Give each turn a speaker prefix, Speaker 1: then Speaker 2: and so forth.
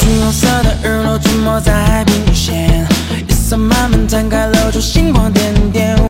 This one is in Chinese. Speaker 1: 红色的日落沉没在海平线，夜色慢慢摊开，留住星光点点。